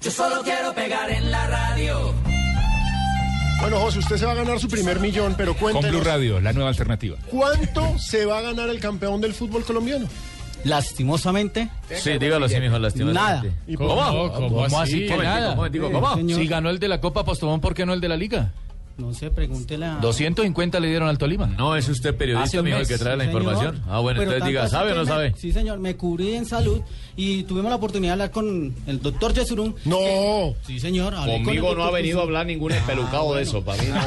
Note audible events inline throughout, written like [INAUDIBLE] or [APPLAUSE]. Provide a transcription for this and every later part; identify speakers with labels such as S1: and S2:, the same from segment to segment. S1: Yo solo quiero pegar en la radio.
S2: Bueno, José, usted se va a ganar su primer millón, pero
S3: Con Blue
S2: cuéntenos,
S3: Radio, la nueva alternativa.
S2: ¿cuánto se va a ganar el campeón del fútbol colombiano?
S4: Lastimosamente,
S5: Sí, dígalo así, mijo, lastimosamente.
S4: Nada.
S2: ¿Y
S6: ¿Cómo?
S2: por-
S6: No, ¿cómo
S5: ¿Cómo
S6: así?
S5: así?
S6: Que
S5: ¿Cómo?
S6: nada.
S5: Digo,
S4: Sí,
S5: ¿cómo?
S4: señor.
S6: Si ganó el de la Copa Postobón, ¿por qué no el de la Liga?
S4: no se pregunte la.
S6: 250 le dieron al Tolima.
S5: No es usted
S6: Hace
S5: periodista,
S6: un
S5: mijo, el
S6: mes,
S5: que trae la
S4: Señor,
S5: información. Ah, bueno,
S4: pero
S5: entonces
S4: tanto
S5: diga,
S4: así
S5: ¿sabe o
S4: que
S5: no
S4: me-
S5: sabe?
S4: Sí, señor, me cubrí en salud y tuvimos la oportunidad de hablar con el doctor Yesurum.
S2: No.
S4: Sí, señor. hablé con el
S7: Conmigo no ha
S4: doctor
S7: venido a hablar ningún espelucado
S4: Ah,
S7: de eso. Para mí no.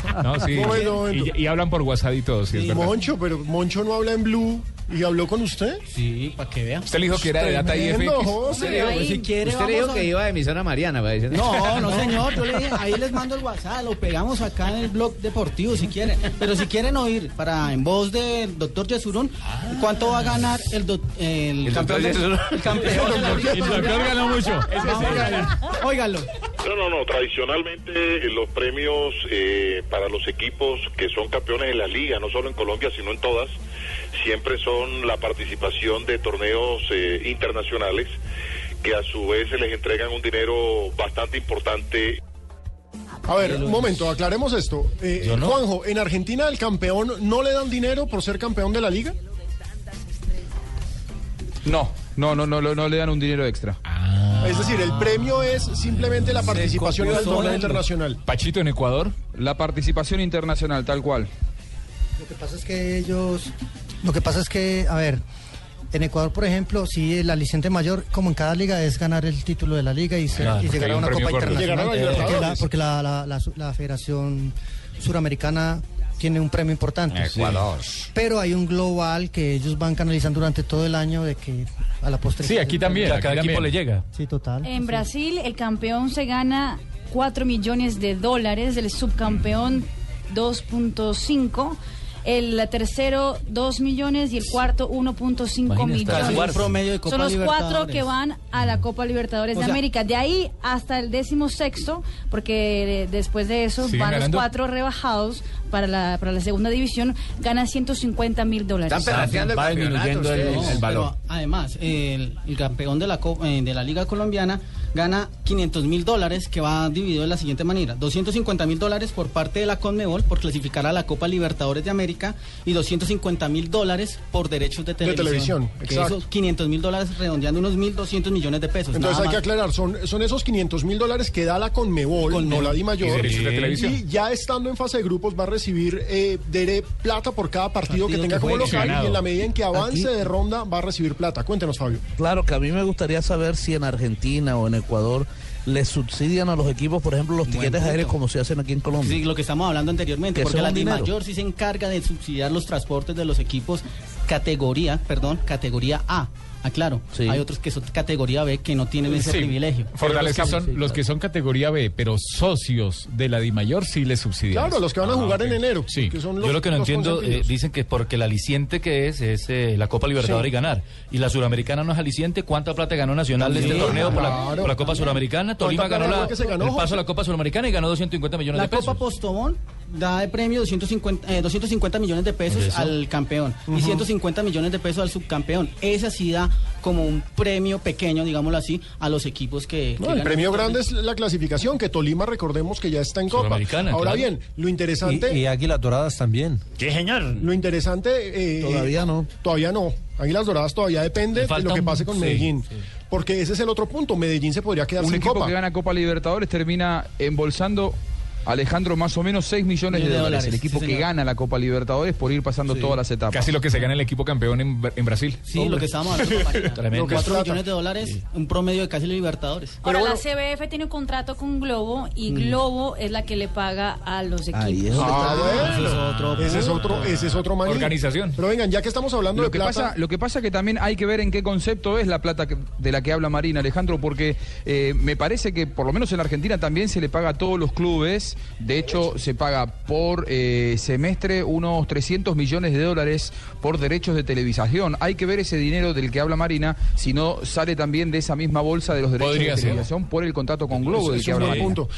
S2: Pero,
S3: No, sí.
S2: Momento, momento.
S3: Y, y hablan por WhatsApp y todo, sí, es
S4: Sí.
S3: verdad.
S2: Moncho, pero Moncho no habla en Blue y habló con usted.
S4: Yesurum. Sí, para que vea.
S3: Usted le dijo que era de Data
S2: Tremendo,
S3: IFX.
S2: José.
S4: Pues si quiere,
S5: Usted le dijo
S4: vamos a-
S5: que iba de emisora Mariana, va diciendo.
S4: No, no, señor. Yo le dije, ahí les mando el WhatsApp, lo pegamos acá en el blog deportivo si quieren. Pero si quieren oír para en voz del doctor Yesurún, ¿cuánto va a ganar el, doc- el
S5: El
S4: campeón?
S5: doctor
S4: del-
S5: Yesurún.
S4: el
S5: [LAUGHS]
S4: campeón de
S3: [LAUGHS]
S4: la Liga
S6: El doctor
S4: Colombiana?
S6: ganó mucho.
S4: Vamos, Óigalo.
S8: No, no, no. Tradicionalmente eh, los premios eh, para los equipos que son campeones en las ligas, no solo en Colombia, sino en todas, siempre son la participación de torneos eh, internacionales que a su vez se les entregan un dinero bastante importante.
S2: A ver, un momento, aclaremos esto. Eh, Juanjo, ¿en Argentina al campeón no le dan dinero por ser campeón de la liga?
S9: No, no, no, no, no, no le dan un dinero extra.
S2: Ah. Es decir, el premio es simplemente la participación en el
S4: copió
S2: torneo
S4: solo.
S2: internacional.
S3: Pachito en Ecuador.
S9: La participación internacional, tal cual.
S10: Lo que pasa es que ellos, lo que pasa es que, a ver, en Ecuador, por ejemplo, sí, el aliciente mayor, como en cada liga, es ganar el título de la liga y, se,
S3: Claro,
S10: y
S3: porque
S10: llegar
S3: hay
S10: a
S3: un
S10: una
S3: premio
S10: copa
S3: gordo.
S10: internacional.
S2: Llegar a
S10: porque
S2: la
S10: la,
S2: Libertadores.
S10: porque la, la- la su- la Federación Suramericana tiene un premio importante.
S5: Ecuador.
S10: Pero hay un global que ellos van canalizando durante todo el año de que a la postre.
S6: Sí, aquí también.
S3: A
S6: A
S3: cada
S6: cada
S3: equipo
S6: equipo le llega.
S10: Sí, total.
S11: En Brasil, el campeón se gana 4 millones de dólares, el subcampeón 2.5. El tercero 2 millones y el cuarto
S5: Imagínate,
S11: 1.5
S5: Casi
S4: Casi un
S5: cuarto.
S11: millones.
S4: promedio de Copa
S11: Son los cuatro
S4: Libertadores.
S11: que van a la Copa Libertadores
S4: O
S11: de
S4: sea-
S11: América. De ahí hasta el décimo sexto, porque eh, después de eso
S3: ¿Siguen
S11: van
S3: ganando?
S11: los cuatro rebajados para la, para la segunda división, ganan 150 mil dólares.
S5: Están perrateando el
S7: Va
S5: campeonato.
S7: disminuyendo el-
S5: ustedes.
S4: No, pero además, el, el campeón de la, co- eh, de la Liga Colombiana gana 500 mil dólares que va dividido de la siguiente manera. 250 mil dólares por parte de la Conmebol por clasificar a la Copa Libertadores de América y 250 mil dólares por derechos de televisión.
S2: televisión,
S4: Que
S2: exacto.
S4: esos 500 mil dólares redondeando unos 1.200 millones de pesos.
S2: Entonces
S4: nada
S2: hay que
S4: más.
S2: aclarar, son, son esos 500 mil dólares que da la Conmebol,
S4: Conmebol.
S2: no la di
S3: Y
S2: mayor.
S3: derechos de televisión.
S2: y ya estando en fase de grupos va a recibir eh, dere- plata por cada partido,
S4: Partido
S2: que tenga
S4: que
S2: como
S4: juegue.
S2: local y en la medida en que avance
S9: Aquí-
S2: de ronda va a recibir plata. Cuéntenos, Fabio.
S9: Claro que a mí me gustaría saber si en Argentina o en Ecuador les subsidian a los equipos, por ejemplo, los tiquetes
S4: punto.
S9: aéreos como se hacen aquí en Colombia.
S4: Sí, lo que estamos hablando anteriormente,
S9: Que
S4: porque
S9: son
S4: la
S9: dinero.
S4: DIMAYOR sí se encarga de subsidiar los transportes de los equipos categoría, perdón, categoría A. Aclaro,
S9: Sí.
S4: hay otros que son categoría B que no tienen ese
S6: Sí.
S4: privilegio.
S6: Fortaleza
S3: Fortalezcamos.
S6: son los que son categoría B, pero socios de la Dimayor sí les subsidian.
S2: Claro, los que van a
S6: Ah,
S2: jugar
S6: ok.
S2: en enero.
S6: Sí.
S2: que son los-
S6: Yo lo que no
S2: los
S6: entiendo, eh,
S2: consentidos.
S6: dicen que es porque el aliciente que es es eh, la Copa Libertadores
S2: Sí.
S6: y ganar. Y la Suramericana no es aliciente. ¿Cuánta plata ganó Nacional de este
S2: También,
S6: torneo por, la,
S2: claro,
S6: por la Copa
S2: también.
S6: Suramericana?
S2: ¿Cuánta
S6: Tolima
S2: plata
S6: ganó,
S2: fue
S6: la-
S2: que se ganó,
S6: el paso
S2: José?
S6: a la Copa Suramericana y ganó 250 millones
S4: La
S6: de pesos.
S4: Copa Postobón da de premio 250, eh, 250 millones de pesos
S6: ¿Eso?
S4: al campeón y 150 millones de pesos al subcampeón. Esa sí da como un premio pequeño, digámoslo así, a los equipos que... que
S2: No, el
S4: ganan.
S2: premio grande es la clasificación, que Tolima recordemos que ya está en Copa.
S6: Sudamericana,
S2: Ahora
S6: claro.
S2: bien, lo interesante,
S9: Águilas Doradas también.
S7: Sí, señor.
S2: lo interesante eh,
S9: Todavía no.
S2: Todavía no. Águilas Doradas todavía depende
S6: Le
S2: de
S6: falta
S2: lo que
S6: un-
S2: pase con
S6: sí,
S2: Medellín.
S6: sí.
S2: Porque ese es el otro punto. Medellín se podría quedar
S9: Un
S2: sin
S9: equipo
S2: Copa.
S9: que gana Copa Libertadores termina embolsando, Alejandro, más o menos 6 millones de,
S4: De
S9: dólares.
S4: dólares,
S9: El equipo
S4: sí,
S9: que
S4: señor.
S9: gana la Copa Libertadores por ir pasando todas las etapas.
S3: Casi lo que se gana el equipo campeón en, Br- en Brasil.
S4: Sí, lo que estábamos hablando.
S6: Tremendo.
S4: Tremendo.
S2: Lo que es
S4: 4
S2: plata.
S4: millones de dólares, un promedio de casi libertadores.
S11: Ahora,
S2: bueno-
S11: la CBF tiene un contrato con Globo y Globo es la que le paga a los equipos.
S9: Mm. Ahí es donde está
S2: Ah,
S9: el
S2: bueno.
S9: tema.
S2: Ese es otro, ese es otro maní.
S3: Organización.
S2: Pero vengan, ya que estamos hablando
S9: Lo
S2: de
S9: que,
S2: plata,
S9: pasa, lo que pasa que también hay que ver en qué concepto es la plata que- de la que habla Marina, Alejandro, porque eh, me parece que por lo menos en Argentina también se le paga a todos los clubes. De hecho, se paga por eh, semestre unos 300 millones de dólares por derechos de televisación. Hay que ver ese dinero del que habla Marina, si no sale también de esa misma bolsa de los derechos
S3: Podría
S9: de
S3: ser.
S9: televisación por el contrato con Globo del
S2: es
S9: que
S2: un
S9: habla
S2: buen
S9: Marina.
S2: punto.